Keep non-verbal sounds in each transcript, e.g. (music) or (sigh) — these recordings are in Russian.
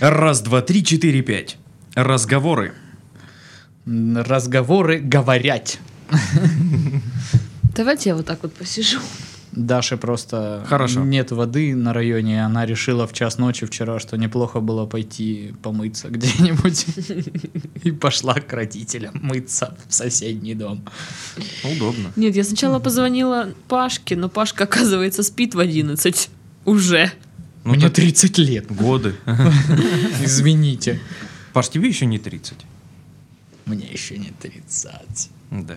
Раз, два, три, четыре, пять. Разговоры. М, Разговоры говорять. Давайте я вот так вот посижу. Даши просто Хорошо. нет воды на районе, и она решила в час ночи вчера, что неплохо было пойти помыться где-нибудь. (laughs) И пошла к родителям мыться в соседний дом. Удобно. Нет, я сначала позвонила Пашке, но Пашка, оказывается, спит в 11 уже. Ну, Мне так 30 лет, Годы. извините. Паш, тебе еще не 30. Мне еще не 30. Да.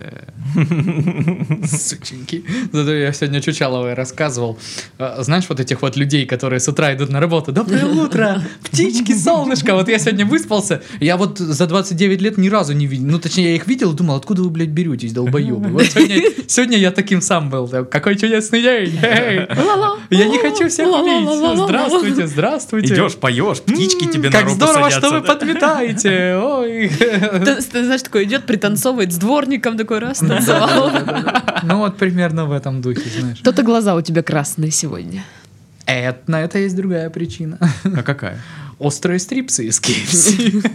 Сученьки. Зато я сегодня Чучаловой рассказывал. э, Знаешь, вот этих вот людей, которые с утра идут на работу. Доброе утро! Птички, солнышко! Вот я сегодня выспался. Я вот за 29 лет ни разу не видел. Ну, точнее, я их видел и думал, откуда вы, блядь, беретесь, долбоебы. Вот сегодня, сегодня я таким сам был. Да, Какой чудесный день! Эй! Ла-ла. Я не хочу всех убить! Ла-ла-ла-ла-ла. Здравствуйте, здравствуйте! Идешь, поешь, птички тебе на Как руку здорово, садятся, что вы да? (laughs) подметаете! Ой! Ты, ты знаешь, такой идет, пританцовывает с дворником такой раз танцевал. Ну, вот примерно в этом духе, знаешь. Кто-то глаза у тебя красные сегодня. Э, На это есть другая причина. А какая? Острые стрипсы (laughs) из (laughs) KFC.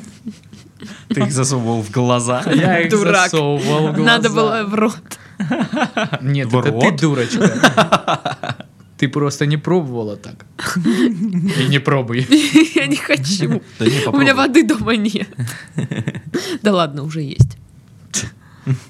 Ты их засовывал в глаза. (laughs) Я их Дурак. засовывал в глаза. Надо было в рот. (laughs) Нет, В это ты рот? дурочка. (laughs) Ты просто не пробовала так. И не пробуй. Я не хочу. Да не, У попробуй. меня воды дома нет. Да ладно, уже есть.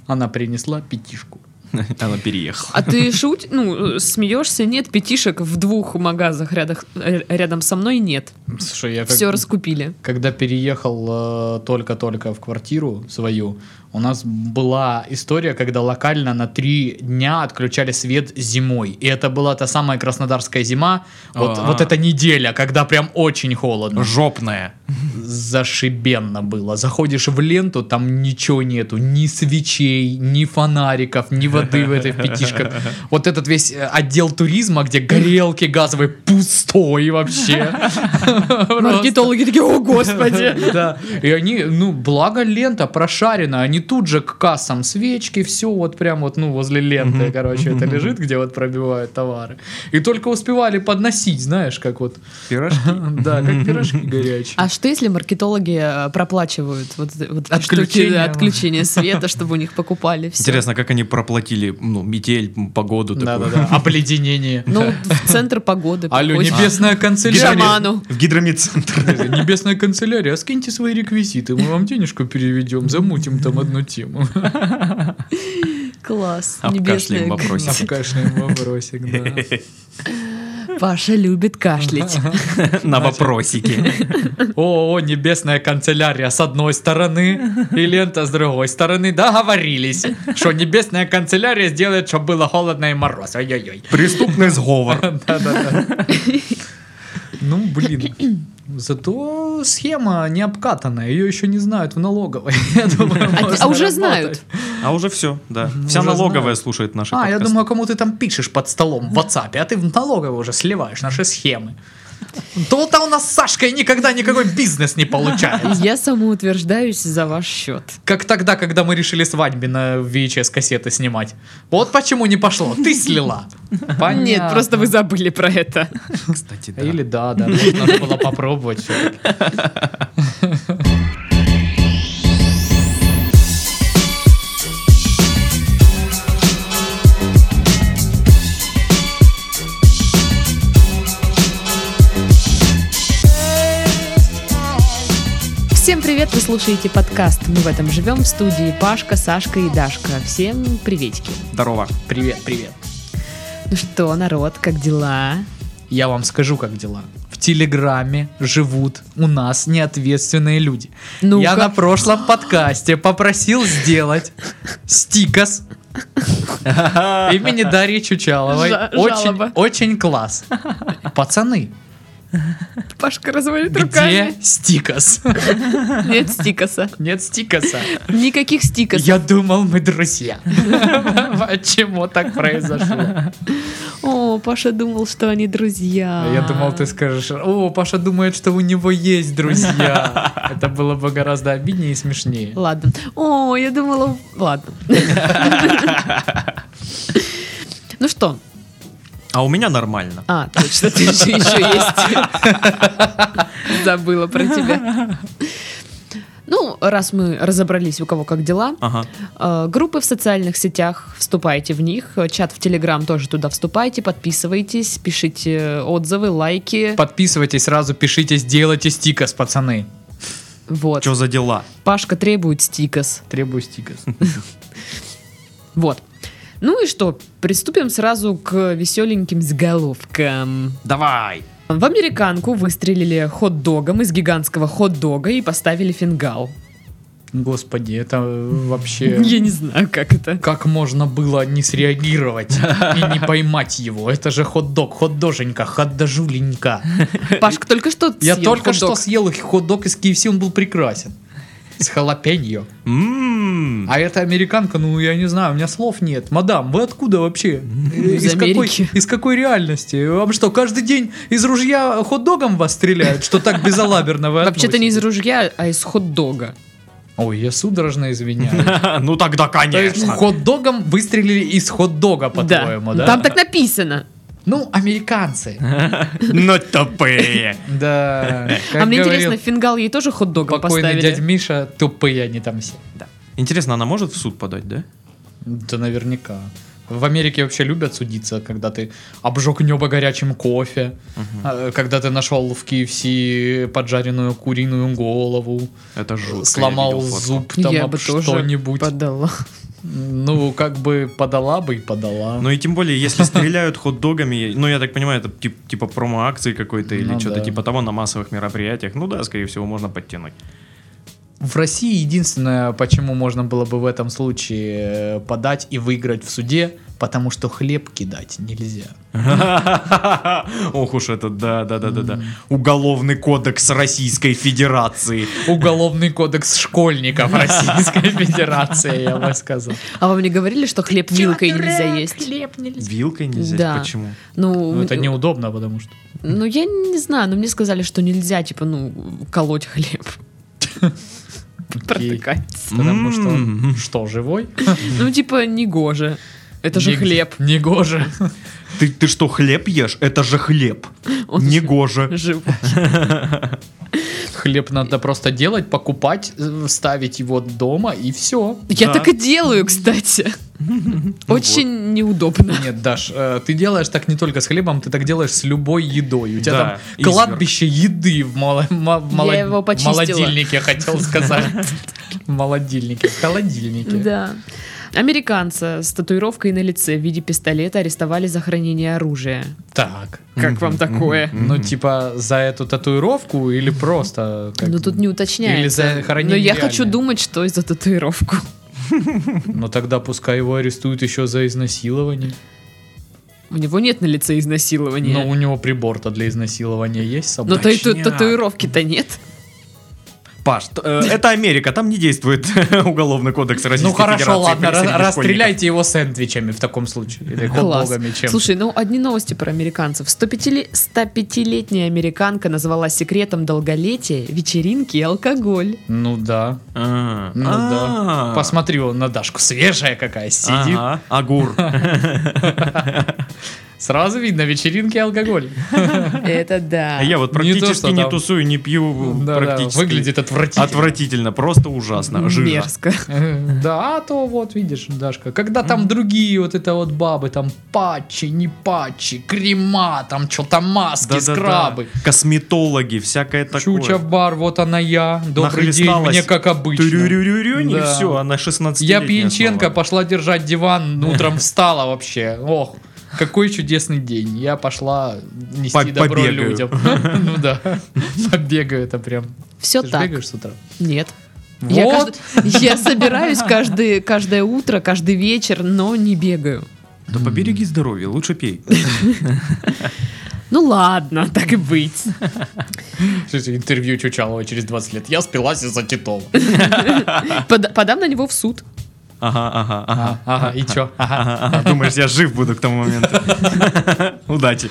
Она принесла пятишку. (laughs) Она переехала. А ты шуть, ну, смеешься? Нет, пятишек в двух магазах рядах- э, рядом со мной нет. Слушай, я как- Все раскупили. Когда переехал э, только-только в квартиру свою, у нас была история, когда локально на три дня отключали свет зимой. И это была та самая краснодарская зима. Вот, А. вот эта неделя, когда прям очень холодно. Жопная. зашибенно было. Заходишь в ленту, там ничего нету, ни свечей, ни фонариков, ни воды в этой в пятишках. Вот этот весь э, отдел туризма, где горелки газовые пустой (laughs) вообще. Маркетологи такие, о господи. Да. И они, ну, благо лента прошарена, они тут же к кассам свечки, все вот прям вот, ну, возле ленты, короче, это лежит, где вот пробивают товары. И только успевали подносить, знаешь, как вот, (laughs) Пирожки. да, как пирожки горячие. А что если маркетологи э, проплачивают вот, эти- вот эти штуки, Отключение. да, отключение света, чтобы у них покупали все? Интересно, как они проплатили, ну, метель, м, погоду такую. Да-да-да, обледенение. Ну, в центр погоды. Алло, приходишь. небесная канцелярия. Шаману. В (laughs) гидромедцентр. Небесная канцелярия, а скиньте свои реквизиты, мы вам денежку переведем, замутим там одну тему. Класс. А Обкашляем Небесная вопросик. грязь. Обкашляем вопросик, да. Паша любит кашлять. На вопросике. О, небесная канцелярия с одной стороны и лента с другой стороны. Договорились, что небесная канцелярия сделает, чтобы было холодно и мороз. Ой-ой-ой. (laughs) Преступный сговор. Да-да-да. Ну, блин. Зато схема не обкатанная, ее еще не знают в налоговой. Я думаю, можно а уже работать. знают. А уже все, да. Вся уже налоговая знаю. слушает наши А, я подкасты. думаю, кому ты там пишешь под столом в WhatsApp, а ты в налоговую уже сливаешь наши схемы. То-то у нас с Сашкой никогда никакой бизнес не получается. Я самоутверждаюсь за ваш счет. Как тогда, когда мы решили свадьбе на VHS-кассеты снимать. Вот почему не пошло, ты слила. Понятно. Нет, просто вы забыли про это. Кстати, да. Или да, да, может, надо было попробовать. всё-таки. Всем привет, вы слушаете подкаст «Мы в этом живем» в студии Пашка, Сашка и Дашка. Всем приветики. Здорово. Привет, привет. Ну что, народ, как дела? Я вам скажу, как дела. В Телеграме живут у нас неответственные люди. Ну-ка. Я на прошлом подкасте попросил сделать стикос имени Дарьи Чучаловой. Жа- Очень, жалоба. очень класс. Пацаны, Пашка разводит где руками. стикос? Нет стикоса. Нет стикоса. Никаких стикосов. Я думал, мы (laughs) друзья. А Почему так произошло? О, Паша думал, что они друзья. Я думал, ты скажешь, о, Паша думает, что у него есть друзья. Это было бы гораздо обиднее и смешнее. Ладно. О, я думала... Ладно. Ну что, А у меня нормально. А, точно, ты же еще есть. Забыла про тебя. Ну, раз мы разобрались, у кого как дела, Ага. Э, Группы в социальных сетях, вступайте в них. Э, Чат в Телеграм тоже туда вступайте, подписывайтесь, пишите отзывы, лайки. Подписывайтесь сразу, пишите, сделайте стикос, пацаны. Вот. Что за дела? Пашка требует стикос. Требую стикос. Вот. Ну и что, приступим сразу к веселеньким заголовкам. Давай. В американку выстрелили хот-догом из гигантского хот-дога и поставили фингал. Господи, это э, вообще... (laughs) Я не знаю, как это. Как можно было не среагировать и не поймать его? Это же хот-дог, хот-доженька, хот-дожуленька. Пашка только что Я съел только что хот-дог. съел их хот-дог из KFC, он был прекрасен. С халапеньо. М. А эта американка, ну я не знаю, у меня слов нет. Мадам, вы откуда вообще? Из какой, Америки. из какой реальности? Вам что, каждый день из ружья хот-догом вас стреляют? Что так безалаберно вы Вообще-то не из относитесь? ружья, а из хот-дога. Ой, я судорожно извиняюсь. (laughs) Ну тогда, То есть конечно. хот-догом выстрелили из хот-дога, по-твоему, да? Там так написано. Ну, (laughs) американцы. Ну тупые. Да. а как мне говорил интересно, фингал ей тоже хот-догом покойный поставили? дядь Миша, тупые они там все. Интересно, она может в суд подать, да? Да наверняка. В Америке вообще любят судиться, когда ты обжег небо горячим кофе, а, когда ты нашел в KFC поджаренную куриную голову, Это жутко. я сломал видел фотку. зуб там Я об бы тоже что-нибудь. Подала. Ну, как бы подала бы и подала. Ну и тем более, если стреляют хот-догами, ну я так понимаю, это тип- типа промо-акции какой-то или Ну что-то да. типа того на массовых мероприятиях, ну да, скорее всего, можно (laughs) подтянуть. В России единственное, почему можно было бы в этом случае э, подать и выиграть в суде, потому что хлеб кидать нельзя. Ох уж это, да, да, да, да, да. Уголовный кодекс Российской Федерации. Уголовный кодекс (laughs) школьников Российской Федерации, я бы сказал. А вам не говорили, что хлеб вилкой нельзя есть? Вилкой нельзя? Да. Почему? Ну, Ну, это м- неудобно, потому что... ну, я не знаю, но мне сказали, что нельзя, типа, ну, колоть хлеб. Протыкать. ну, Потому что он М. что, живой? Ну, типа, негоже. Это же Не- хлеб. Негоже. Ты, ты что, хлеб ешь? Это же хлеб. Он Негоже. Живой. Хлеб надо просто делать, покупать, э, ставить его дома и все. Я Да. так и делаю, кстати. Очень неудобно. (laughs) Нет, Даш, э, ты делаешь так не только с хлебом, ты так делаешь с любой едой. У тебя Да, там изверг. кладбище еды в мало- ма- мало- Я его почистила. молодильнике, хотел (laughs) сказать. В Молодильнике, в холодильнике. Да. Американца с татуировкой на лице в виде пистолета арестовали за хранение оружия. Так. Как вам такое? Ну, типа, за эту татуировку или просто... как- Ну тут не уточняется. Или за Но хранение я реальное? хочу думать, что из-за татуировку. Ну, тогда пускай его арестуют еще за изнасилование. У него нет на лице изнасилования. Но у него прибор-то для изнасилования есть с собой. Но Ну, то и тут Точняк. татуировки-то нет. Паш, т- э, это Америка, там не действует (laughs) уголовный кодекс Российской Ну хорошо, Федерации ладно, среди ра- школьников. расстреляйте его сэндвичами в таком случае. Или Класс. хот-догами чем. Слушай, ну одни новости про американцев. 105-ли- 105-летняя американка назвала секретом долголетия вечеринки и алкоголь. Ну да. А, Ну да. а. Посмотри, он на Дашку свежая какая сидит. Ага, (laughs) Агур. Сразу видно, вечеринки и алкоголь. Это да. А я вот Не то, практически что не там. тусую, не пью. Да, да, практически. выглядит отвратительно. Отвратительно, просто ужасно. Жижа. Мерзко. Э, Да, а то вот, видишь, Дашка, когда там другие вот это вот бабы, там патчи, не патчи, крема, там что-то маски, Да-да-да. скрабы. Косметологи, всякое такое. Чуча в бар, вот она я, добрый день, Нахлесталась. мне как обычно. Тюрюрюрюрюнь, и Да. все, она 16 Я пьянченко пошла держать диван, ну, утром встала вообще. Ох, какой чудесный день. Я пошла нести По- добро побегаю. людям. Ну да, побегаю это прям. Все Ты ж так. бегаешь с утра? Нет. Я, Вот. кажд- я собираюсь каждый, каждое утро, каждый вечер, но не бегаю. Да побереги здоровье, лучше (laughs) пей. Ну ладно, так и быть. Слушай, Интервью Чучалова через 20 лет. Я спилась из-за титова. Под- подам на него в суд. Ага, ага, ага. Ага, и чё? (laughs) Ага, ага. Думаешь, я жив буду к тому моменту. Удачи.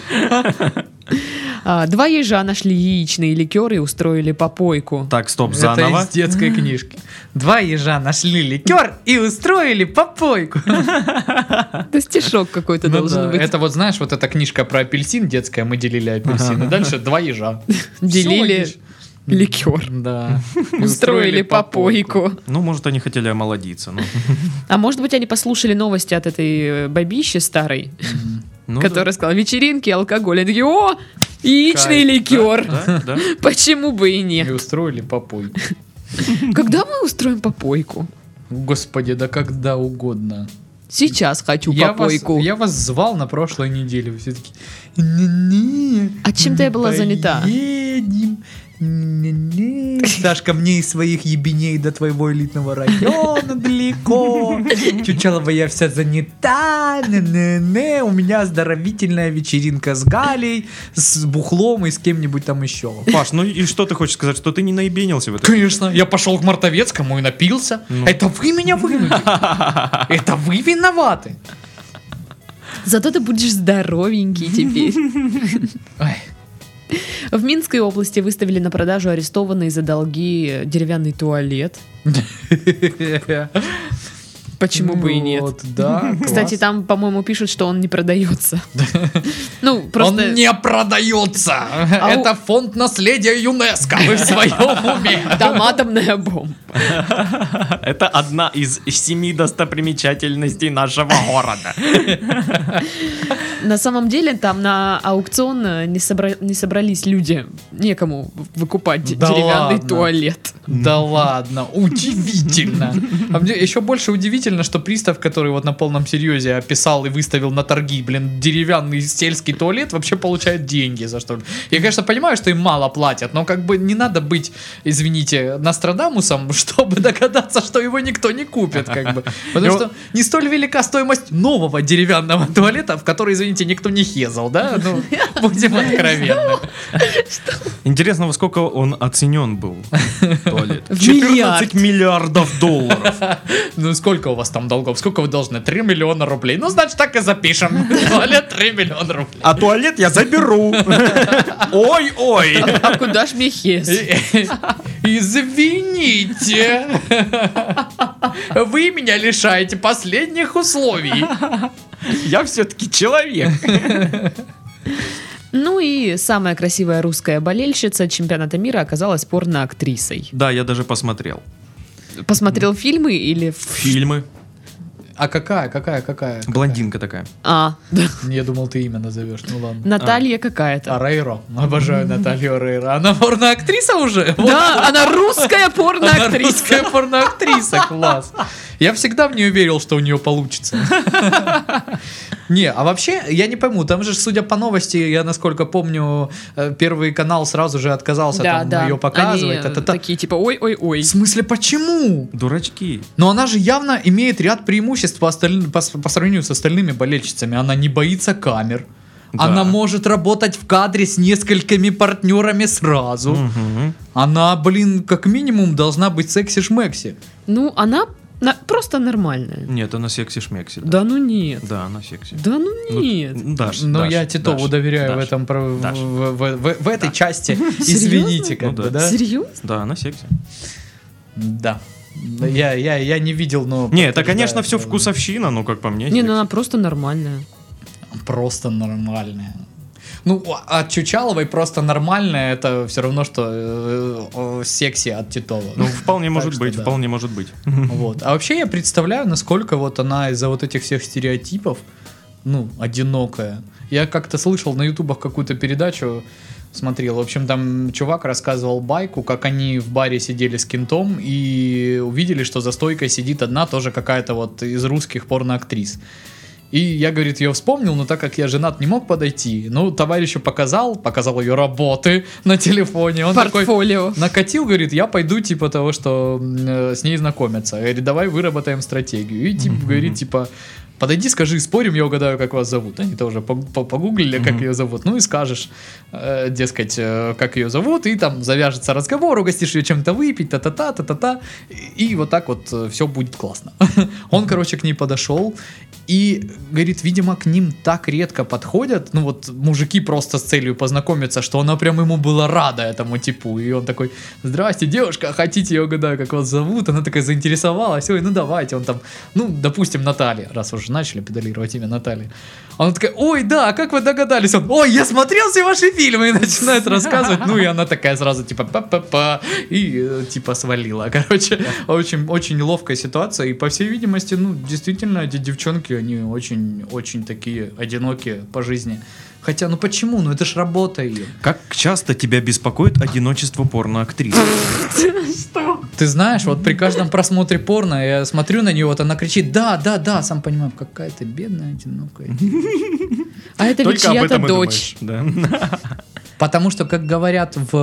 А, Два ежа нашли яичные ликеры и устроили попойку. Так, стоп, Это заново. из детской книжки. Два ежа нашли ликер и устроили попойку. Это стишок какой-то Ну должен да, быть. Это вот, знаешь, вот эта книжка про апельсин детская, мы делили апельсины. Дальше два ежа. Делили Всё логично. ликер. Да. И Устроили попойку. Ну, может, они хотели омолодиться. ну. А может быть, они послушали новости от этой э, бабищи старой, Ну, да. которая сказала вечеринки, алкоголь. Они такие, о, яичный Кайф, ликер. Да, да. Почему бы и И не? устроили попойку. Когда мы устроим попойку? Господи, да когда угодно. Сейчас хочу Я вас, попойку. я вас звал на прошлой неделе. Вы Все таки не А чем-то я была занята. Поедем. Не-не. Дашка, мне из своих ебеней до твоего элитного района далеко. Чучалова, я вся занята. Не-не-не. У меня оздоровительная вечеринка с Галей, с Бухлом и с кем-нибудь там еще. Паш, ну и что ты хочешь сказать, что ты не наебенился в этом? Конечно, я пошел к Мартовецкому и напился. Ну. Это вы меня выгнали. (laughs) Это вы (laughs) виноваты. Зато ты будешь здоровенький теперь. (laughs) Ой. В Минской области выставили на продажу арестованный за долги э, деревянный туалет. Почему бы и нет? Ну Вот, да. (laughs) Кстати, класс. там, по-моему, пишут, что он (laughs) не продается. Ну, просто... А Он не продается. у- Это фонд наследия ЮНЕСКО. Вы в своем уме. Там атомная бомба. Это одна из семи достопримечательностей нашего города. На самом деле там на аукцион э, не, собра- не собрались люди. Некому выкупать де- Да деревянный ладно. туалет. (laughs) Да ладно, удивительно. А мне еще больше удивительно, что пристав, который вот на полном серьезе описал и выставил на торги, блин, деревянный сельский туалет, вообще получает деньги за что. Я, конечно, понимаю, что им мало платят, но как бы не надо быть, извините, Нострадамусом, (laughs) чтобы догадаться, что его никто не купит, как бы. Потому Ну- что не столь велика стоимость нового деревянного туалета, в который, извините, никто не хезал, да? Ну, будем откровенны. Интересно, во сколько он оценен был? Туалет. В 14 миллиардов долларов. Ну сколько у вас там долгов? Сколько вы должны? 3 миллиона рублей. Ну, значит, так и запишем. Туалет 3 (laughs) миллиона рублей. А туалет я заберу. Ой-ой. А куда ж мне хес? Извините. Вы меня лишаете последних условий. Я все-таки человек. Ну и самая красивая русская болельщица чемпионата мира оказалась порноактрисой. Да, я даже посмотрел. Посмотрел фильмы или... в- Фильмы. А какая, какая, какая? какая? Блондинка такая. А, да, Я думал, ты имя назовешь. Ну ладно. Наталья какая-то. Арейро. Обожаю Наталью Арейро. Она порноактриса уже? Вот Да, она русская Она порноактриса. русская порноактриса, класс. Я всегда в нее верил, что у нее получится. Не, а вообще, я не пойму, там же, судя по новости, я насколько помню, э, Первый канал сразу же отказался там ее показывать. Они, э, та-та-та. Такие типа, ой-ой-ой. В смысле, почему? Дурачки. Но она же явно имеет ряд преимуществ по, осталь- по с- по сравнению с остальными болельщицами. Она не боится камер. Да. Она может работать в кадре с несколькими партнерами сразу. Мгм. Она, блин, как минимум должна быть секси-шмекси. Ну, она на- просто нормальная. Нет, она секси-шмекси. Да ну нет. Да, она секси. Да ну Ну, нет. м, Даш, Но Даш, я Титову Даш, доверяю Даш. в этом про- в, Даш. в- в- в- в этой части. Извините, как Ну бы, да. да? Серьезно? Да, она секси. Да. Да, Я, я, я не видел, но... Не, это, подтверждаю, конечно, все что вкусовщина, но как по мне. Не, секси. ну она просто нормальная. Просто нормальная. Ну, а от Чучаловой просто нормальная, это все равно, что э, э, секси от Титова. Ну, вполне может что быть, да. вполне может быть. (laughs) Вот. А вообще я представляю, насколько вот она из-за вот этих всех стереотипов, ну, одинокая. Я как-то слышал на ютубах какую-то передачу, смотрел. В общем, там чувак рассказывал байку, как они в баре сидели с кентом и увидели, что за стойкой сидит одна тоже какая-то вот из русских порноактрис. И я, говорит, ее вспомнил, но так как я женат, не мог подойти. Ну, товарищу показал, показал ее работы (laughs) на телефоне. Он такой, Портфолио. Накатил, говорит, я пойду, типа того, что м, э, с ней знакомятся. Говорит, давай выработаем стратегию. И, типа, говорит, типа, Подойди, скажи, спорим, я угадаю, как вас зовут. Они тоже пог- по- погуглили, как Мгм. ее зовут. Ну и скажешь, э, дескать, э, как ее зовут, и там завяжется разговор, угостишь ее чем-то выпить, та-та-та, та-та-та. И, и вот так вот все будет классно. Он, короче, к ней подошел и говорит, видимо, к ним так редко подходят, ну вот мужики просто с целью познакомиться, что она прям ему была рада этому типу, и он такой, здрасте, девушка, хотите, я угадаю, как вас зовут, она такая заинтересовалась, ой, ну давайте, он там, ну, допустим, Наталья, раз уже начали педалировать имя Наталья, она такая, ой, да, а как вы догадались, он, ой, я смотрел все ваши фильмы, и начинает рассказывать, ну, и она такая сразу, типа, па-па-па, и, э, типа, свалила, (laughs) короче, очень, очень ловкая ситуация, и, по всей видимости, ну, действительно, эти девчонки, они очень, очень такие одинокие по жизни, хотя, ну, почему, ну, это ж работа ее, Как часто тебя беспокоит одиночество порноактрисы? Что? Ты знаешь, вот при каждом просмотре порно я смотрю на нее, вот она кричит, да, да, да, сам понимаю, какая ты бедная, одинокая. А это ведь чья-то и дочь. думаешь, да. (laughs) Потому что, как говорят в... э,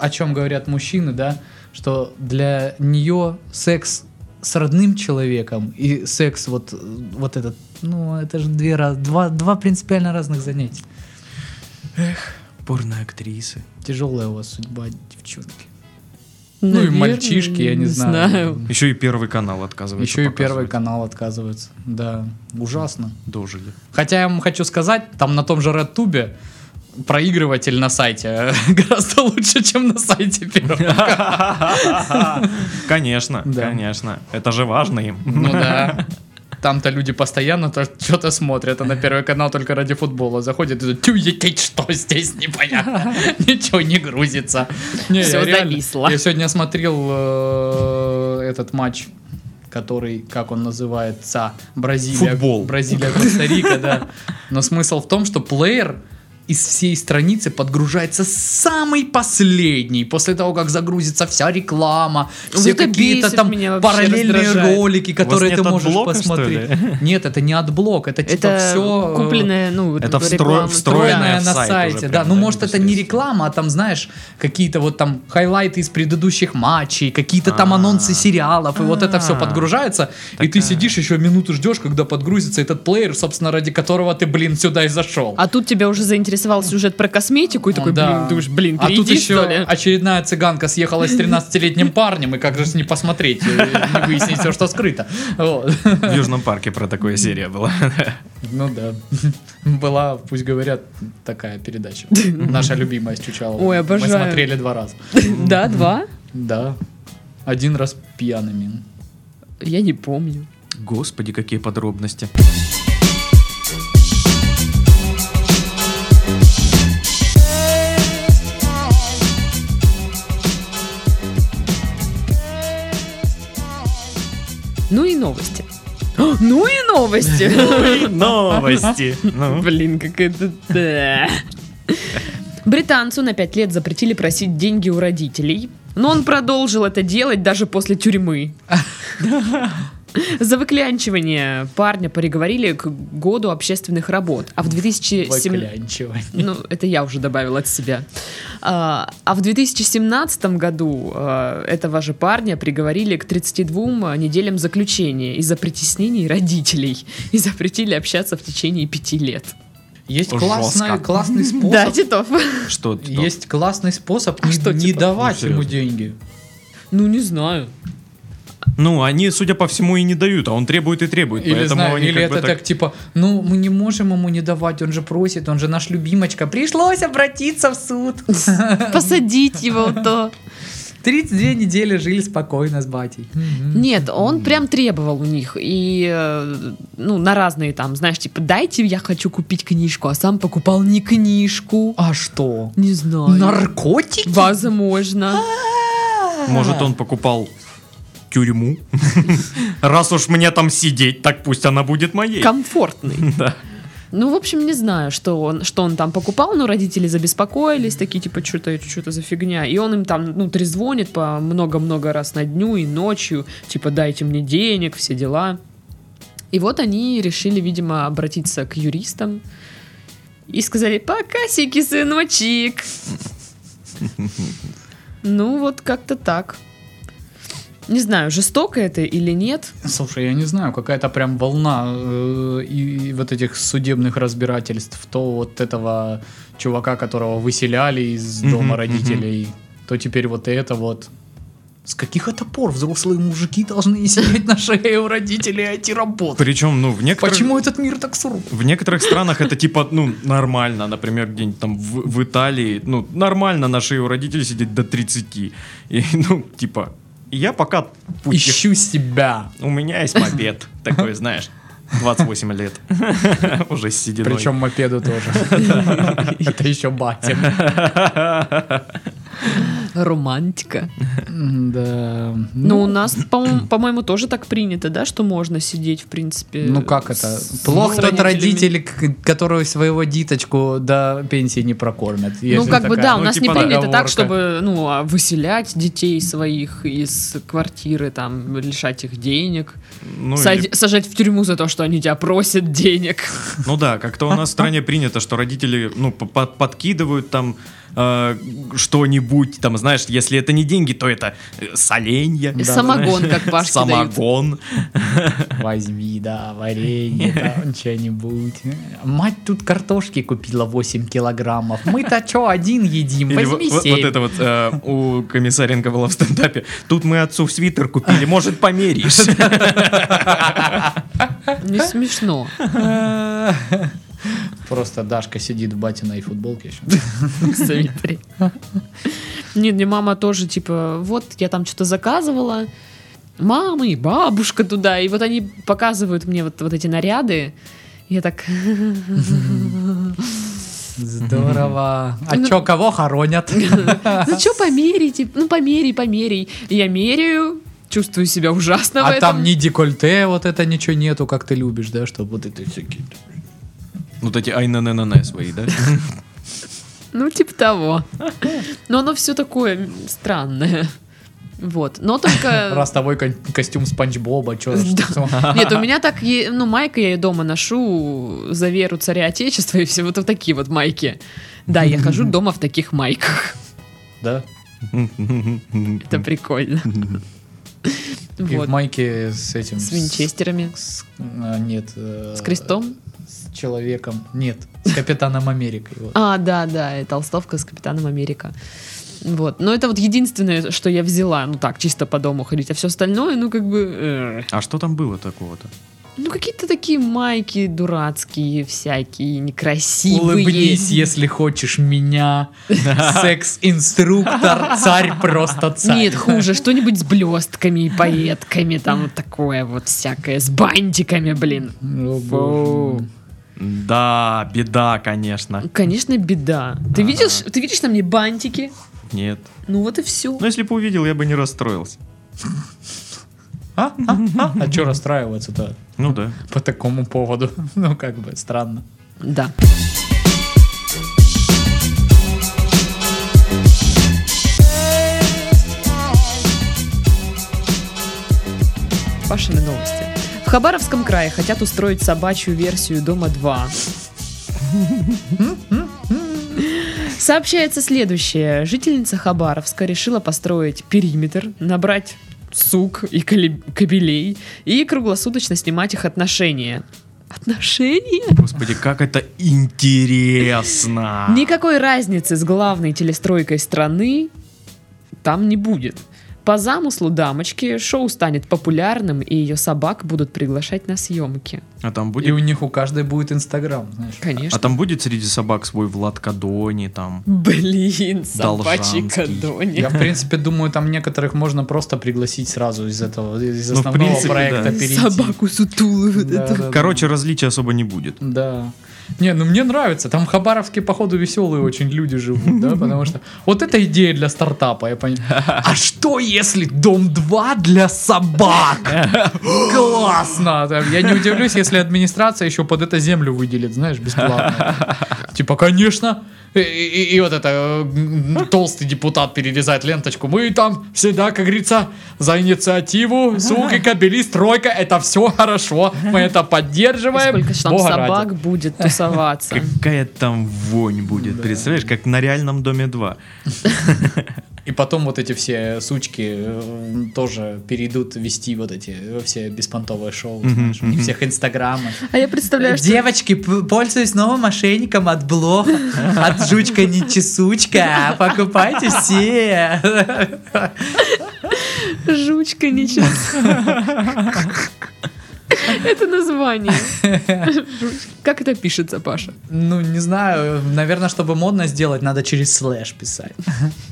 О чем говорят мужчины, да, что для нее секс с родным человеком и секс вот, э, вот этот, ну, это же две, раз- два, два принципиально разных занятия. Порноактрисы. Тяжелая у вас судьба, девчонки. ну и Наверное, мальчишки, я не, знаю. Еще и первый канал отказывается Еще и первый показывать. канал отказывается. Да, ужасно. Дожили. Хотя я вам хочу сказать, там на том же Ротубе проигрыватель на сайте э, (laughs) гораздо лучше, чем на сайте первого. Конечно, Да. конечно. Это же важно им. Ну да. Там-то люди постоянно что-то смотрят, а на первый канал только ради футбола заходят и тю, етить, что здесь непонятно, (laughs) ничего не грузится. Не, Всё я реально- зависло. Я сегодня смотрел э, этот матч, который, как он называется, Бразилия. Футбол. Бразилия, Коста-Рика, да. Но смысл в том, что плеер из всей страницы подгружается самый последний. После того, как загрузится вся реклама, Ну Вот все это какие-то бесит там меня вообще, параллельные раздражает. ролики, которые нет ты можешь отблока, что ли? (laughs) посмотреть. Нет, это не отблок, это типа Это все купленное, ну, это встро- реклама. встроенное встроенная в на сайт сайте. уже да, прям, ну да, может это не непосредственно. реклама, а там знаешь какие-то вот там хайлайты из предыдущих матчей, какие-то там А. анонсы сериалов, и вот это все А. подгружается, и ты Такая. сидишь еще минуту ждешь, когда подгрузится этот плеер, собственно ради которого ты, блин, сюда и зашел. А тут тебя уже заинтересовал сюжет про косметику, и такой, Да. блин, думаешь, блин, А перейди, тут еще что ли? очередная цыганка съехала с (laughs) 13-летним парнем, и как же с ней посмотреть, э, не выяснить все, что скрыто. Вот. В Южном парке про такое серия была. (laughs) Ну да. (laughs) Была, пусть говорят, такая (laughs) передача. Наша любимая с Чучаловым. Ой, Мы обожаю. смотрели два раза. Да, два? Да. Один раз пьяными. Я не помню. Господи, какие подробности. Ну (gasps) и новости. О, Ну и новости! Новости. Ну. Блин, как это... да. Британцу на пять лет запретили просить деньги у родителей, но он продолжил это делать даже после тюрьмы. За выклянчивание парня приговорили к году общественных работ, а в 2017... Выклянчивать. Ну, это я уже добавила от себя. А, а в 2017 году а, этого же парня приговорили к 32 неделям заключения из-за притеснений родителей и запретили общаться в течение пяти лет. Есть Жестко. классная- классный (laughs) Да, способ. Титов. Что ты там? Есть классный способ А не- что, не типа? давать Ну, ему серьезно. деньги. Ну, не знаю. Ну, они, судя по всему, и не дают, а он требует и требует. Или, поэтому знаю, они или как бы это так... типа, ну мы не можем ему не давать, он же просит, он же наш любимочка. Пришлось обратиться в суд. (laughs) Посадить его то. 32 недели жили спокойно с батей. Нет, он прям требовал у них. И, э, ну, на разные там, знаешь, типа, дайте, я хочу купить книжку, а сам покупал не книжку. А что? Не знаю. Наркотики? Возможно. Может, он покупал тюрьму? (laughs) Раз уж мне там сидеть, так пусть она будет моей. комфортный. Да. Ну, в общем, не знаю, что он, что он там покупал, но родители забеспокоились, такие, типа, что-то что за фигня. И он им там, ну, трезвонит по много-много раз на дню и ночью, типа, дайте мне денег, все дела. И вот они решили, видимо, обратиться к юристам и сказали, покасики, сыночек. Ну, вот как-то так. Не знаю, жестоко это или нет. А, Слушай, я не знаю, какая-то прям волна э, и, и вот этих судебных разбирательств, то вот этого чувака, которого выселяли из Мгм, дома мгм. родителей, то теперь вот это вот. С каких это пор взрослые мужики должны сидеть на шее у родителей и идти работать? Причем, ну, в некоторых... Почему этот мир так сур? В некоторых странах это типа, ну, нормально. Например, где-нибудь там в, в Италии, ну, нормально на шее у родителей сидеть до 30. И, ну, типа, я пока путих. Ищу себя. У меня есть мопед такой, знаешь, 28 лет. (laughs) Уже с сединой. Причем (laughs) мопеду тоже. (laughs) Это еще батя. Романтика. Да. Но Ну, у нас, по-моему, по-моему, тоже так принято, да, что можно сидеть, в принципе. Ну как это? с- Плохо с тот родителями. родитель, к- который своего диточку до пенсии не прокормит. Ну, если как бы такая, да, у ну, нас типа, не принято поговорка. так, чтобы ну, а выселять детей своих из квартиры, там, лишать их денег, Ну, сад- или- сажать в тюрьму за то, что они тебя (laughs) просят денег. ну да, как-то у нас в (laughs) стране принято, что родители, ну, по- по- подкидывают там э, что-нибудь, там, знаешь, если это не деньги, то это э, соленья. Да, Самогон, как Пашке дают. Самогон. «Ну, Возьми, да, варенье, (laughs) там что-нибудь. Мать тут картошки купила 8 килограммов. Мы-то что, один едим? Или вот, Возьми вот- вот семь. это вот э, у Комиссаренко было в стендапе. Тут мы отцу свитер купили, может, померишь. (laughs) Ну, Не смешно. Просто Дашка сидит в батиной футболке еще. Смотри. Нет, мне мама тоже, типа, вот я там что-то заказывала, мама и бабушка туда, и вот они показывают мне вот, вот эти наряды, я так, Здорово. А Ну- чё, кого хоронят? ну что померите, ну померяй, померяй. И я меряю, чувствую себя ужасно в А этом. там ни декольте, вот это ничего нету, как ты любишь, да, что вот это всякие. Вот эти айнананана свои, да? Ну, типа того. Но оно все такое м, странное. Вот, но только... (laughs) Раз тобой кон- костюм Спанч Боба, чё, Э. Да. что? Нет, у меня так, е- ну, майка я и дома ношу за веру царя Отечества и все вот в такие вот майки. Да, я (laughs) хожу дома в таких майках. Да? Это (laughs) прикольно. И в Вот. майке с этим... С винчестерами. с- а, нет. э, С крестом? С человеком. Нет. С Капитаном Америкой. вот. А, да, да, и толстовка с Капитаном Америка. Вот. Но это вот единственное, что я взяла. Ну так, чисто по дому ходить. А все остальное, ну как бы... э. А что там было такого-то? Ну какие-то такие майки дурацкие, всякие, некрасивые. Улыбнись, если хочешь меня. Секс-инструктор. Царь просто царь. Нет, хуже, что-нибудь с блестками и пайетками, там вот такое вот всякое, с бантиками, блин. О, боже Фу. мой. Да, беда, конечно. Конечно, беда. Ты видишь, ты видишь на мне бантики? Нет. Ну вот и все. Ну, если бы увидел, я бы не расстроился. А, а, а, а чё расстраиваться-то Ну да. по такому поводу? (laughs) Ну, как бы, странно. Да. Пашины новости. В Хабаровском крае хотят устроить собачью версию Дома 2. Сообщается следующее. Жительница Хабаровска решила построить периметр, набрать сук и коле- кобелей и круглосуточно снимать их отношения. Отношения? Господи, как это интересно. А. Никакой разницы с главной телестройкой страны там не будет. По замыслу дамочки шоу станет популярным, и ее собак будут приглашать на съемки. А там И у будет... них у каждой будет Инстаграм, знаешь. А Конечно. там будет среди собак свой Влад Кадони там. Блин, собачий Должанский. кадони. А Я, в принципе, думаю, там некоторых можно просто пригласить сразу из этого, из Ну, в основного принципе, проекта да. перейти. Собаку сутулую. вот Да, эту. да, да. Короче, различия особо не будет. Да. Не, ну мне нравится. Там в Хабаровске, походу, веселые очень люди живут, да, потому что вот эта идея для стартапа, я понял. А что если дом 2 для собак? Классно! Там, Я не удивлюсь, если администрация еще под это землю выделит, знаешь, бесплатно. Типа, конечно. И, и- и вот это э, толстый депутат перерезает ленточку. Мы там всегда, как говорится, за инициативу, звук и кабели, стройка, это все хорошо. Мы это И поддерживаем. сколько же там Бога ради. собак будет (laughs) тусоваться. Какая там вонь будет, представляешь, как на реальном Доме 2. И потом вот эти все сучки э, тоже перейдут вести вот эти э, все беспонтовые шоу, знаешь, у них всех инстаграмы. А я представляю, что... Девочки, п- пользуюсь новым мошенником от блоха, от жучка не чесучка, покупайте все. (laughs) Жучка ничего. (laughs) Это название. Жучка. Как это пишется, Паша? Ну, не знаю, наверное, чтобы модно сделать, надо через слэш писать.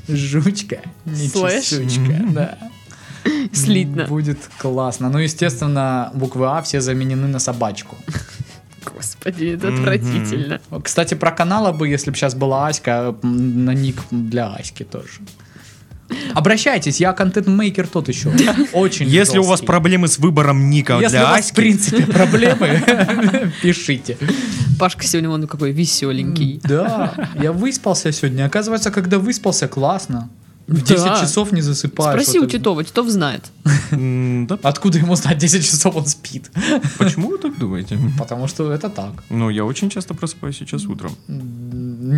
Жучка, не Слэш? чесучка, да. Слитно. Будет классно. Ну, естественно, буквы А все заменены на собачку. Господи, это Мгм. отвратительно. Кстати, про канала бы, если бы сейчас была Аська, м, на ник для Аськи тоже. Обращайтесь, я контент-мейкер тот еще. Очень Если у вас жесткий. проблемы с выбором ника Если у для вас, в Аськи, (laughs) принципе, (laughs) проблемы, пишите. Пашка сегодня он какой веселенький. Да, я выспался сегодня. Оказывается, когда выспался, классно. В Да. 10 часов не засыпаешь. Спроси Вот у это- Титова, Титов знает. м, да, а Откуда ему знать 10 часов он спит? почему вы так думаете? Потому что это так. Ну, я очень часто просыпаюсь сейчас утром. М,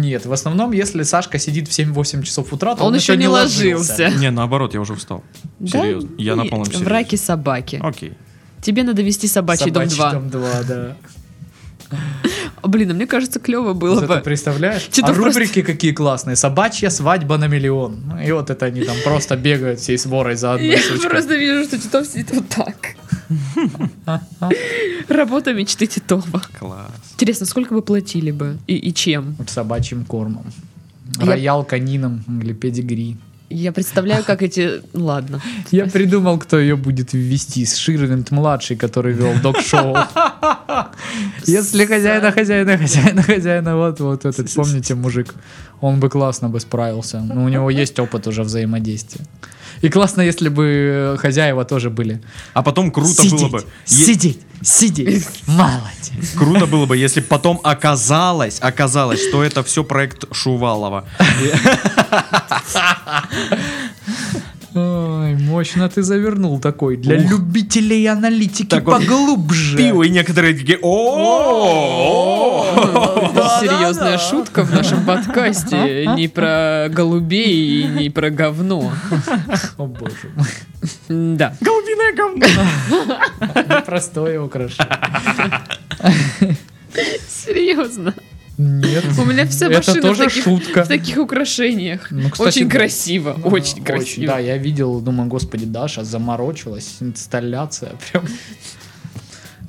Нет, в основном, если Сашка сидит в 7-8 часов утра, то он, Он еще не ложился. Не, наоборот, я уже встал. Да Серьезно, я на нет, полном серьезе. А. В раке собаки. Окей. Тебе надо вести собачий, дом 2. Собачий дом 2, (laughs) да. О, Блин, а мне кажется, клево было Зато бы. представляешь? Титов а просто- рубрики какие классные. Собачья свадьба на миллион. Ну, И вот это они там просто бегают всей сворой за одной (laughs) Я сучкой. просто вижу, что Титов сидит вот так. Работа мечты Титова. Класс. Интересно, сколько бы платили бы и, и чем? Собачьим кормом. Я- Роял канином или педигри. Я представляю, как эти... ну, Ладно. Я придумал, кто ее будет ввести. Ширвинт младший, который вел (laughs) док-шоу. Если хозяина, хозяина, хозяина, хозяина, вот, вот этот, помните, мужик, он бы классно бы справился. Ну, у него есть опыт уже взаимодействия. И классно, если бы э, хозяева тоже были. А потом круто было Сидеть, бы. е- Сидеть, (laughs) сидеть, молодец. Круто было бы, если б потом оказалось, оказалось, что это все проект Шувалова. Ой, мощно ты завернул такой. Для Ух. любителей аналитики Такой поглубже. Пиво, и некоторые такие, о Серьезная шутка в нашем подкасте. Не про голубей и не про говно. О боже мой. Да. Голубиное говно. (laughs) Простое украшение. Серьезно. Нет. У меня вся Это машина в тоже таких, шутка. в таких украшениях. Ну, кстати, очень да. красиво, Ну, очень красиво. Да, я видел, думаю, господи, Даша заморочилась, инсталляция прям.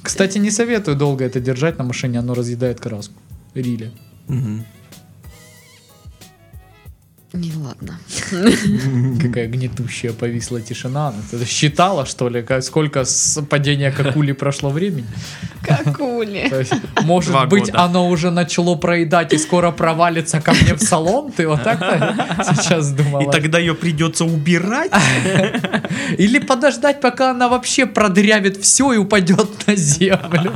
Кстати, не советую долго это держать на машине, оно разъедает краску. Рили. Не, ладно. Какая гнетущая повисла тишина. Она тут считала, что ли, как- сколько с падения какули прошло времени? Какули. То есть, может Два быть, года. оно уже начало проедать и скоро провалится ко мне в салон? Ты вот так сейчас думала? И тогда ее придется убирать. Или подождать, пока она вообще продырявит все и упадет на землю?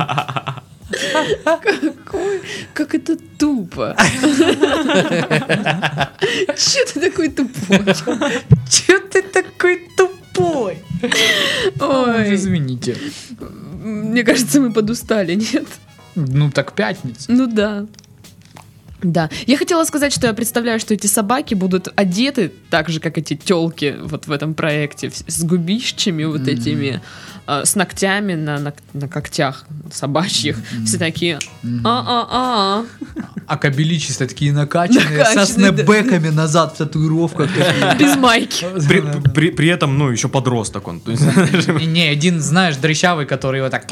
(laughs) Какой- Как это тупо. Че ты такой тупой? Че ты такой тупой? Ой, Ой, извините. мне кажется, мы подустали, нет? Ну так пятница. Ну да. Да. Я хотела сказать, что я представляю, что эти собаки будут одеты так же, как эти телки вот в этом проекте, в- с губищами вот Мгм. этими, а, с ногтями на, на, на когтях собачьих. Все такие «а-а-а». А кабели чисто такие накачанные, Накачанные, со снэпбэками назад в татуировках. Без майки. При, при- при этом, ну, еще подросток он. То есть, И (laughs) Не, один, знаешь, дрыщавый, который вот так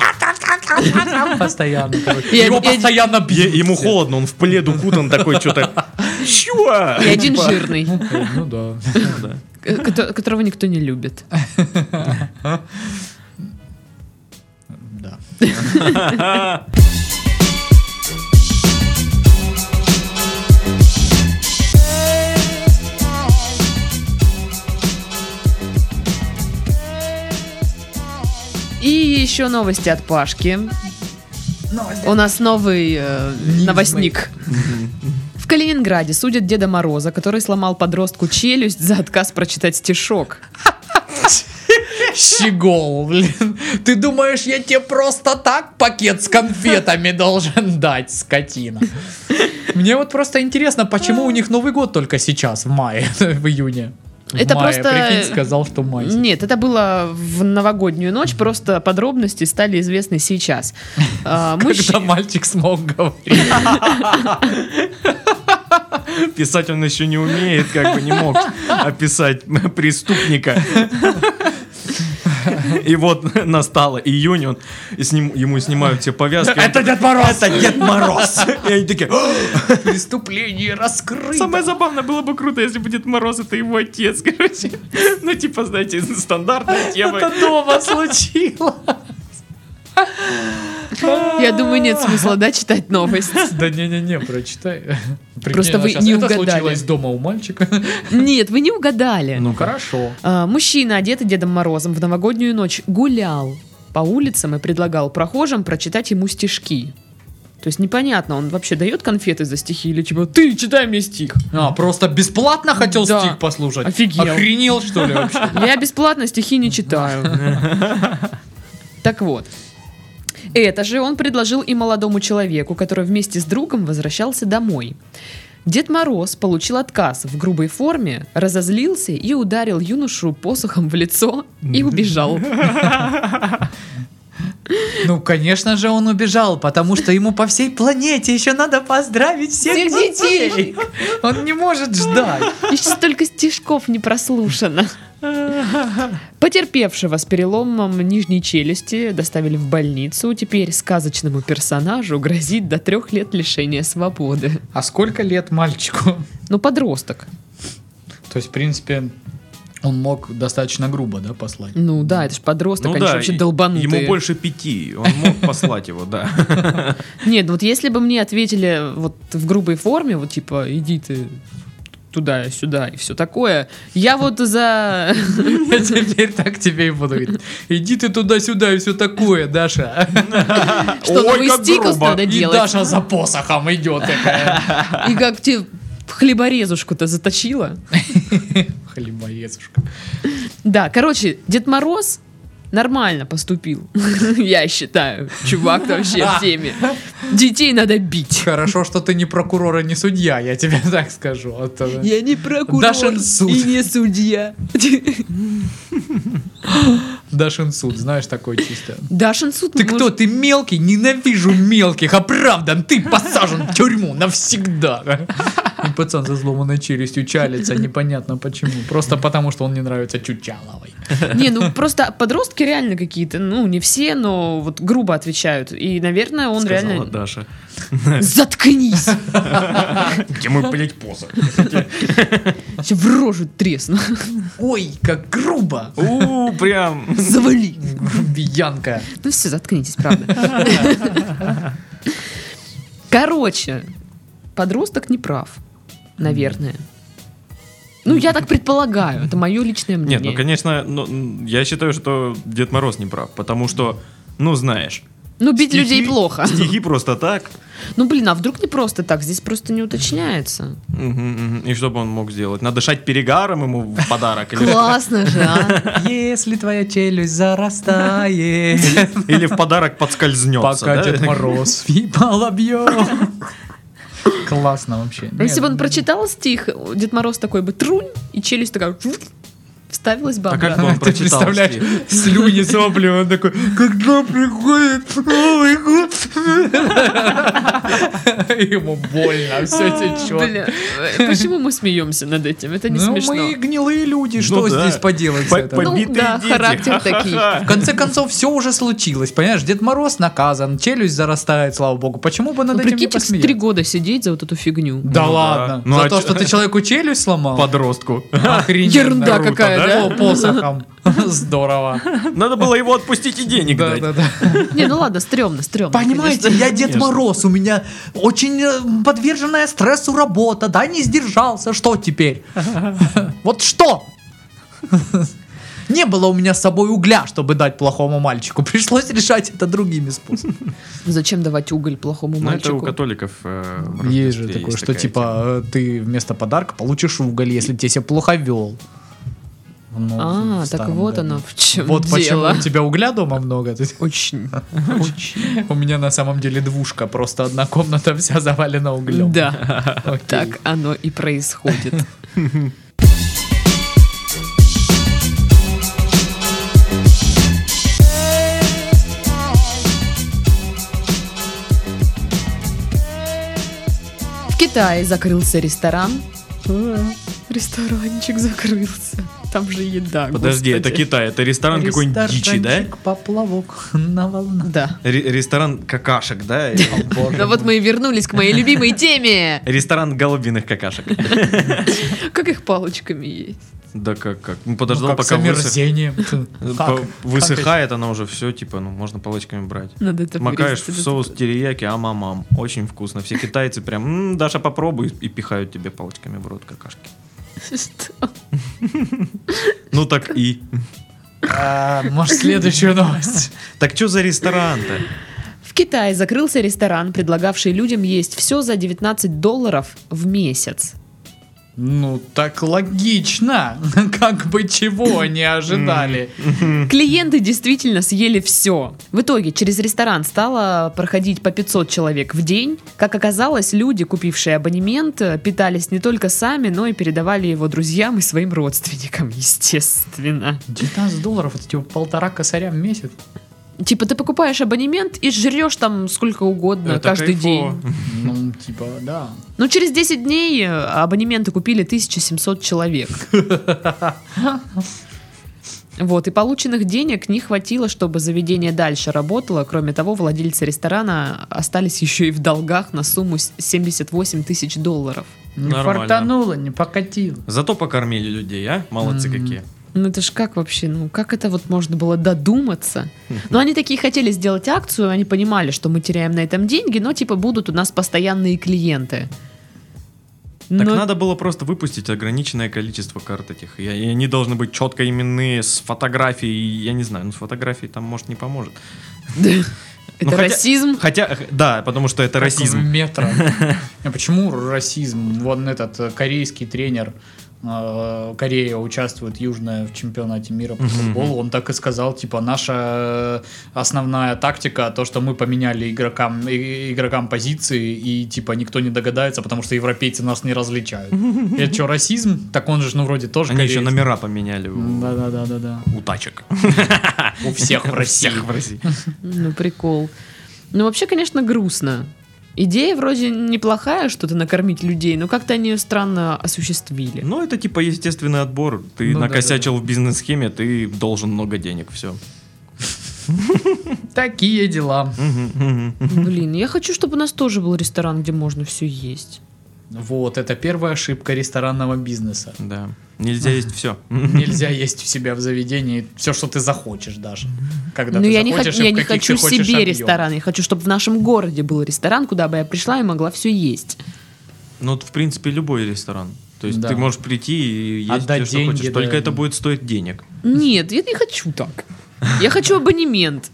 (laughs) постоянно. короче. Я- Его я- постоянно е- бьют. ему все. холодно, он в плед укутан такой, Типа, что-то... Чего? И один жирный, (laughs) Э, Ну да. э, кото- которого никто не любит. Да. И еще новости от Пашки. У нас новый э, Ньюсмейк. новостник. В Калининграде судят Деда Мороза, который сломал подростку челюсть за отказ прочитать стишок. Щегол, блин. Ты думаешь, я тебе просто так пакет с конфетами должен дать, скотина? Мне вот просто интересно, почему у них Новый год только сейчас, в мае, (laughs) в июне. В Это мае, просто- Прикинь, сказал, что май. Нет, это было в новогоднюю ночь, просто подробности стали известны сейчас. А, мужч- Когда мальчик смог говорить. Писать он еще не умеет, как бы не мог описать (laughs) преступника. И вот настало июнь, он и с ним- ему снимают все повязки. Это Дед Мороз! Это Дед Мороз! И они такие, «О, (laughs) Преступление раскрыто! Самое забавное было бы круто, если бы Дед Мороз это его отец, (laughs) короче. Ну, типа, знаете, стандартная тема. Ну Это дома случилось! Я думаю, нет смысла, да, читать новость. Да не-не-не, прочитай. Прикинь, Просто она вы щас, не Это угадали». случилось дома у мальчика. Нет, вы не угадали. Ну, Хорошо. А, Мужчина, одетый Дедом Морозом, в новогоднюю ночь гулял по улицам и предлагал прохожим прочитать ему стишки. То есть непонятно, он вообще дает конфеты за стихи или типа «Ты, читай мне стих!» А, просто бесплатно хотел Да. стих послушать? Офигел. Охренел, что ли, (laughs) вообще? Я бесплатно стихи не читаю. Так вот. Это же он предложил и молодому человеку, который вместе с другом возвращался домой. Дед Мороз получил отказ в грубой форме, разозлился и ударил юношу посохом в лицо и убежал. Ну, конечно же, он убежал, потому что ему по всей планете еще надо поздравить всех Всех детей. детей. Он не может ждать. Еще столько стишков не прослушано. Потерпевшего с переломом нижней челюсти доставили в больницу. Теперь сказочному персонажу грозит до трех лет лишения свободы. А сколько лет мальчику? (laughs) Ну, подросток. То есть, в принципе, он мог достаточно грубо, да, послать? Ну да, это ж подросток, Ну они ж да, вообще и- долбанутые. ему больше пяти, он мог послать его, да. Нет, ну вот если бы мне ответили вот в грубой форме, вот типа, иди ты туда, сюда и все такое. Я вот за... (laughs) Я (laughs) теперь так тебе и буду говорить. Иди ты туда-сюда и все такое, Даша. Что, Ой, новый как стикус грубо. (laughs) надо И делать? Даша за посохом идет такая. (laughs) И как тебе в хлеборезушку-то заточила? Хлебоезушка. Да, короче, Дед Мороз нормально поступил. (laughs) Я считаю. Чувак вообще в теме. Детей надо бить. Хорошо, что ты не прокурор и не судья, я тебе (laughs) так скажу. А то- Я не прокурор Дашин суд. и не судья. Дашин суд, знаешь, такой чисто. Дашин суд Ты может- кто? Ты мелкий? Ненавижу мелких, оправдан. Ты посажен в тюрьму навсегда. И пацан со сломанной челюстью чалится, непонятно почему. Просто потому, что он не нравится Чучаловой. Не, ну просто подростки реально какие-то, ну не все, но вот грубо отвечают. И, наверное, он Сказала реально... Даша. Заткнись! Где мой, блядь, посох? Тебе в рожу тресну. Ой, как грубо! У, прям. Завали! Грубиянка. Ну все, заткнитесь, правда. Короче, подросток не прав, наверное. Ну, я так предполагаю, это мое личное мнение. Нет, ну, конечно, ну, м, я считаю, что Дед Мороз не прав, потому что, ну, знаешь. Ну, бить стихи- людей плохо. Стихи просто так. Ну, блин, а вдруг не просто так? Здесь просто не уточняется. Мгм, мгм. И что бы он мог сделать? Надышать перегаром ему в подарок? или- Классно (laughs) же, а? Если твоя челюсть зарастает, Или в подарок подскользнется, пока да? Дед (laughs) Мороз ебало бьет. Классно вообще. Ну, Если бы он Нет, прочитал стих, Дед Мороз такой бы трунь, и челюсть такая вжух, вставилась бы А как обратно. бы он Ты прочитал представляешь, стих? слюни сопли, он такой, когда приходит Новый год? Ему больно, все Бля, течет. э, почему мы смеемся над этим? А, Это не Ну, смешно. Ну, мы гнилые люди, Ну что да. здесь поделать с По- этим? побитые да, дети. (laughs) характер такие. В Ха-ха-ха. конце концов, все уже случилось, понимаешь? Дед Мороз наказан, челюсть зарастает, слава богу. Почему бы над Ну, этим не прикиньте, три посмеяться? года сидеть за вот эту фигню. Да Ну да. ладно. Ну, За а то, чё- что ты человеку челюсть сломал? Подростку. Охренеть. Ерунда Наруто, какая, да? По- Посохом. Здорово. Надо было его отпустить и денег дать. Да-да-да. (laughs) Не, ну ладно, стрёмно, стрёмно. Понимаете, я Дед Конечно. Мороз, у меня очень э, подверженная стрессу работа, (laughs) да, не сдержался, что теперь? Вот что? (laughs) не было у меня с собой угля, чтобы дать плохому мальчику. Пришлось решать это другими способами. Зачем давать уголь плохому Ну, это у мальчику? католиков э, в Есть же Рождестве такое, есть что такая тема. типа э, ты вместо подарка получишь уголь, если тебе себя плохо вел. Ну, А, в так старом вот году. оно в чем Вот дело. почему у тебя угля дома много. (laughs) Ты- Очень. Очень. У меня на самом деле двушка, просто одна комната вся завалена углем. Да, Окей. так оно и происходит. В Китае закрылся ресторан. Ресторанчик закрылся. Там же еда. Подожди, это господи. Китай, это ресторан какой-нибудь дичи, да? Ресторанчик, Поплавок (laughs) на волнах. Да. Ре- Ресторан какашек, да? Или- Боже Ну вот мой. мы и вернулись к моей любимой теме. Ресторан голубиных какашек. Как их палочками есть? Да как, как? Ну, Ну, подождал, как с пока высых- (laughs) омерзением. по- Как? высыхает, она уже все, типа, ну, можно палочками брать. Надо это Макаешь вырезать, в это соус терияки, амамам. Очень вкусно. Все китайцы прям, «М, Даша, попробуй, и пихают тебе палочками в рот какашки. Что? Ну так и. А, Может, следующую новость? Так что за ресторан-то? В Китае закрылся ресторан, предлагавший людям есть все за 19 долларов в месяц. Ну, так логично. (laughs) Как бы чего не ожидали. Клиенты действительно съели все. В итоге через ресторан стало проходить по 500 человек в день. Как оказалось, люди, купившие абонемент, э, питались не только сами, но и передавали его друзьям и своим родственникам, (laughs) естественно. 19 долларов, это типа полтора косаря в месяц. Типа ты покупаешь абонемент и жрешь там сколько угодно Это каждый кайфово. день. Ну, типа, да. Но Ну, через 10 дней э, абонементы купили 1700 человек. Вот, и полученных денег не хватило, чтобы заведение дальше работало. Кроме того, владельцы ресторана остались еще и в долгах на сумму с- 78 тысяч долларов. Не Нормально. фартануло, не покатило. Зато покормили людей, а? Молодцы М. какие. Ну это ж как вообще, ну как это вот можно было додуматься? Но они такие хотели сделать акцию, они понимали, что мы теряем на этом деньги, но типа будут у нас постоянные клиенты. Ну, Так Но- надо было просто выпустить ограниченное количество карт этих. И, и они должны быть четко именные, с фотографией. Я не знаю, ну с фотографией там, может, не поможет. Это ну, хотя- расизм? Хотя, х- да, потому что это Как в расизм. (laughs) метро. А почему расизм? Вон этот э, корейский тренер э, Корея участвует южная в чемпионате мира по Мгм. футболу. Он так и сказал, типа наша э, основная тактика то, что мы поменяли игрокам и- игрокам позиции и типа никто не догадается, потому что европейцы нас не (laughs) различают. Это что расизм? Так он же ну вроде тоже Они еще кореец. номера поменяли у, Да да да (laughs) да да. у тачек. У всех (laughs) в У России. всех в (laughs) России. Ну прикол. Ну вообще, конечно, грустно. Идея вроде неплохая, что-то накормить людей, но как-то они ее странно осуществили. (laughs) Ну, это типа естественный отбор. Ты Ну да, накосячил в бизнес-схеме, ты должен много денег, все. Такие дела. Блин, я хочу, чтобы у нас тоже был ресторан, где можно все есть. Вот это первая ошибка ресторанного бизнеса. Да. Нельзя (laughs) есть все. Нельзя есть у себя в заведении все, что ты захочешь даже. Когда Но ты Ну, я не, захочешь хочу, и я в не каких хочу ты хочешь себе объёмах. ресторан, я хочу, чтобы в нашем городе был ресторан, куда бы я пришла и могла все есть. (laughs) Ну, вот, в принципе, любой ресторан. То есть Да. ты можешь прийти и есть Отдать всё, что деньги, хочешь. да, Только это и- будет стоить (laughs) денег. Нет, я не хочу так. Я хочу абонемент.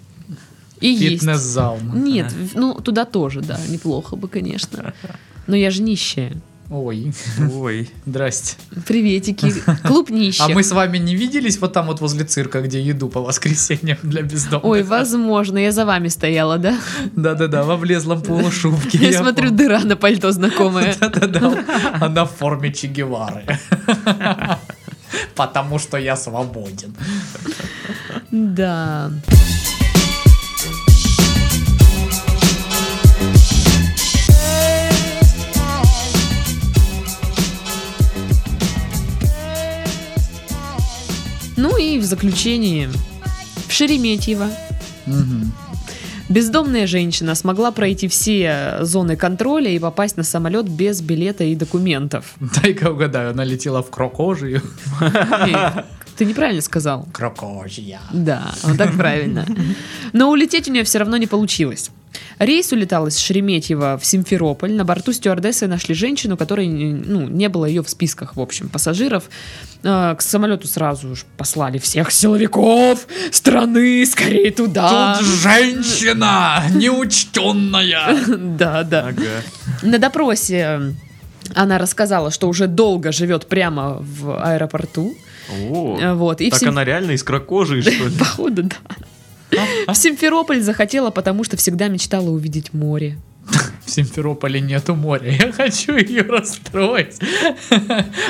И есть. Фитнес-зал. Нет, в- ну туда тоже, да, неплохо бы, конечно. Но я же нищая. Ой, Ой. здрасте. Приветики. (laughs) Клуб нищих. А мы с вами не виделись вот там вот возле цирка, где еду по воскресеньям для бездомных? Ой, возможно, я за вами стояла, (laughs) да? Да-да-да, во влезлом полушубке. Я смотрю, помню. дыра на пальто знакомая. Да-да-да, она в форме Че Гевары. Потому что я свободен. (laughs) Да. Ну и в заключение. В Шереметьево Мгм. бездомная женщина смогла пройти все зоны контроля и попасть на самолет без билета и (laughs) документов. Дай-ка угадаю, она летела в крокожию. Эй, Ты неправильно сказал. Крокожья. Да, вот так правильно. Но улететь у нее все равно не получилось. Рейс улетал из Шереметьево в Симферополь. На борту стюардессы нашли женщину, которой ну, не было ее в списках, в общем, пассажиров. Э, К самолету сразу же послали всех силовиков страны, скорее туда. Тут женщина неучтенная. Да, да. Ага. На допросе она рассказала, что уже долго живет прямо в аэропорту. О, Э, Вот. И в так Сим- она реально искрокожая, что ли? (laughs) Походу, да. А? А В Симферополь захотела, потому что всегда мечтала увидеть море. В Симферополе нету моря. Я хочу ее расстроить.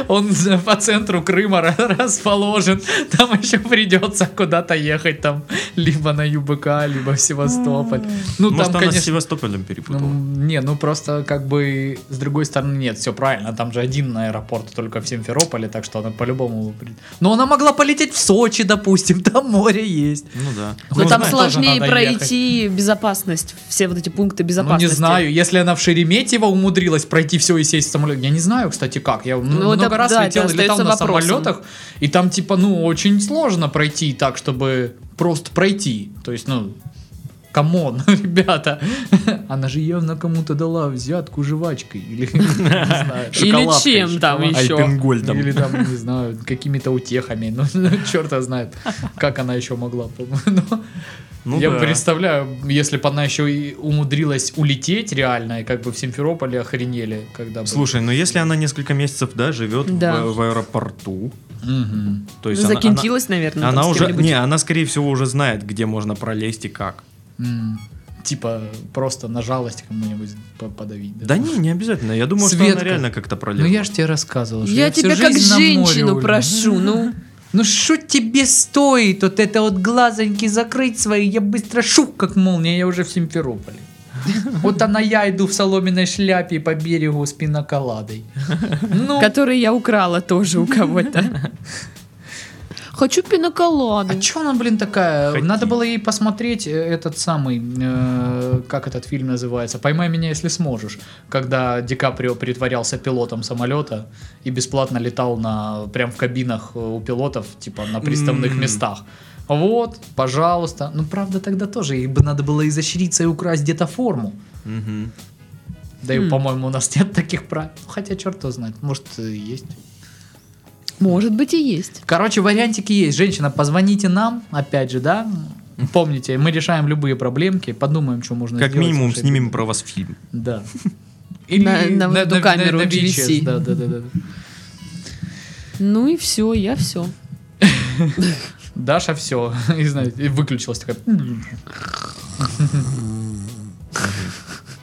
Он за- по центру Крыма ра- расположен. Там еще придется куда-то ехать там. Либо на ЮБК, либо в Севастополь. Ну, Может, там, она с конечно... Севастополем перепутала? Ну, не, ну просто как бы с другой стороны нет, все правильно, там же один аэропорт только в Симферополе, так что она по-любому... при- Но она могла полететь в Сочи, допустим, там море есть. Ну да. Ну, Но Ну, Ну, там знаю, сложнее тоже надо пройти безопасность, все вот эти пункты Ну, не безопасности. знаю, если она в Шереметьево умудрилась пройти все и сесть в самолет. Я не знаю, кстати, как. Я м- Ну, много это- раз да, летел это и летал остается на вопросом. самолетах, и там, типа, ну, очень сложно пройти так, чтобы просто пройти. То есть, ну, камон, (laughs) ребята. Она же явно кому-то дала взятку жвачкой. Или, (laughs) не знаю, Или шоколадкой, чем там шоколадкой. еще. Альпенгольдом. Или там, не знаю, какими-то утехами. (laughs) Ну, черт знает, как она еще могла. Но- Ну я да. представляю, если бы она еще и умудрилась улететь реально, и как бы в Симферополе охренели, когда бы. Слушай, ну если она несколько месяцев, да, живет Да. В, в аэропорту, Мгм. то Ну, есть она- она, Закинтилась, наверное, она там с уже, кем-нибудь. не, она скорее всего уже знает, где можно пролезть и как. М. Типа просто на жалость кому-нибудь по- подавить. Да не, не обязательно. Я думаю, что Светка. она реально как-то Ну пролезла. я же тебе рассказывал, что Я всю тебя как жизнь на море женщину улю. прошу, ну. Ну что тебе стоит вот это вот глазоньки закрыть свои? Я быстро шух, как молния, я уже в Симферополе. Вот она, я иду в соломенной шляпе по берегу с (laughs) пиноколадой. Ну, Который я украла тоже у (laughs) кого-то. Хочу пиноколаду. А че она, блин, такая? Хотим. Надо было ей посмотреть э, этот самый, э, как этот фильм называется, «Поймай меня, если сможешь», когда Ди Каприо притворялся пилотом самолета и бесплатно летал на прям в кабинах э, у пилотов, типа на приставных М. местах. Вот, пожалуйста. Ну, правда, тогда тоже ей бы надо было изощриться и украсть где-то форму. Мгм. Да и, М. по-моему, у нас нет таких прав. Хотя, черт его знает, может, и есть. Может быть и есть. Короче, вариантики есть. Женщина, позвоните нам, опять же, да? Помните, мы решаем любые проблемки, подумаем, что можно Как сделать. минимум Слушай, снимем про вас фильм. Да. (laughs) На- на вот эту камеру VHS, GVC. Да, да, да, да. Ну и все, я все. Даша все, (laughs) и, знаете, и выключилась такая.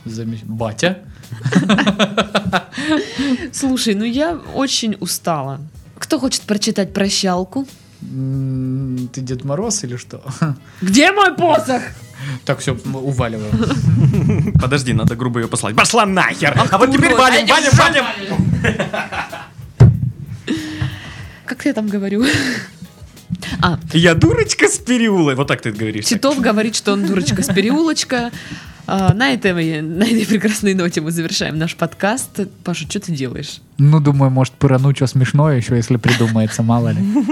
Замеч- Батя. Слушай, ну я очень устала. Кто хочет прочитать прощалку? М, М-м, Ты Дед Мороз или что? (laughs) Где мой посох? Так, все, уваливаем. Подожди, надо грубо ее послать. Пошла нахер! А вот теперь валим, валим, валим! Как я там говорю? (laughs) А, Я дурочка с переулой. Вот так ты говоришь. так. Титов говорит, что он дурочка с переулочка. А, на, этой, на этой прекрасной ноте мы завершаем наш подкаст. Паша, что ты делаешь? Ну, думаю, может, пырану что смешное еще, если придумается, мало ли. (laughs)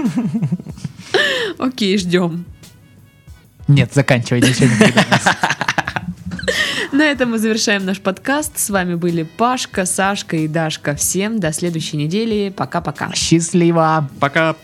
Окей, ждем. Нет, заканчивай, ничего не На этом мы завершаем наш подкаст. С вами были Пашка, Сашка и Дашка. Всем до следующей недели. Пока-пока. Счастливо! Пока.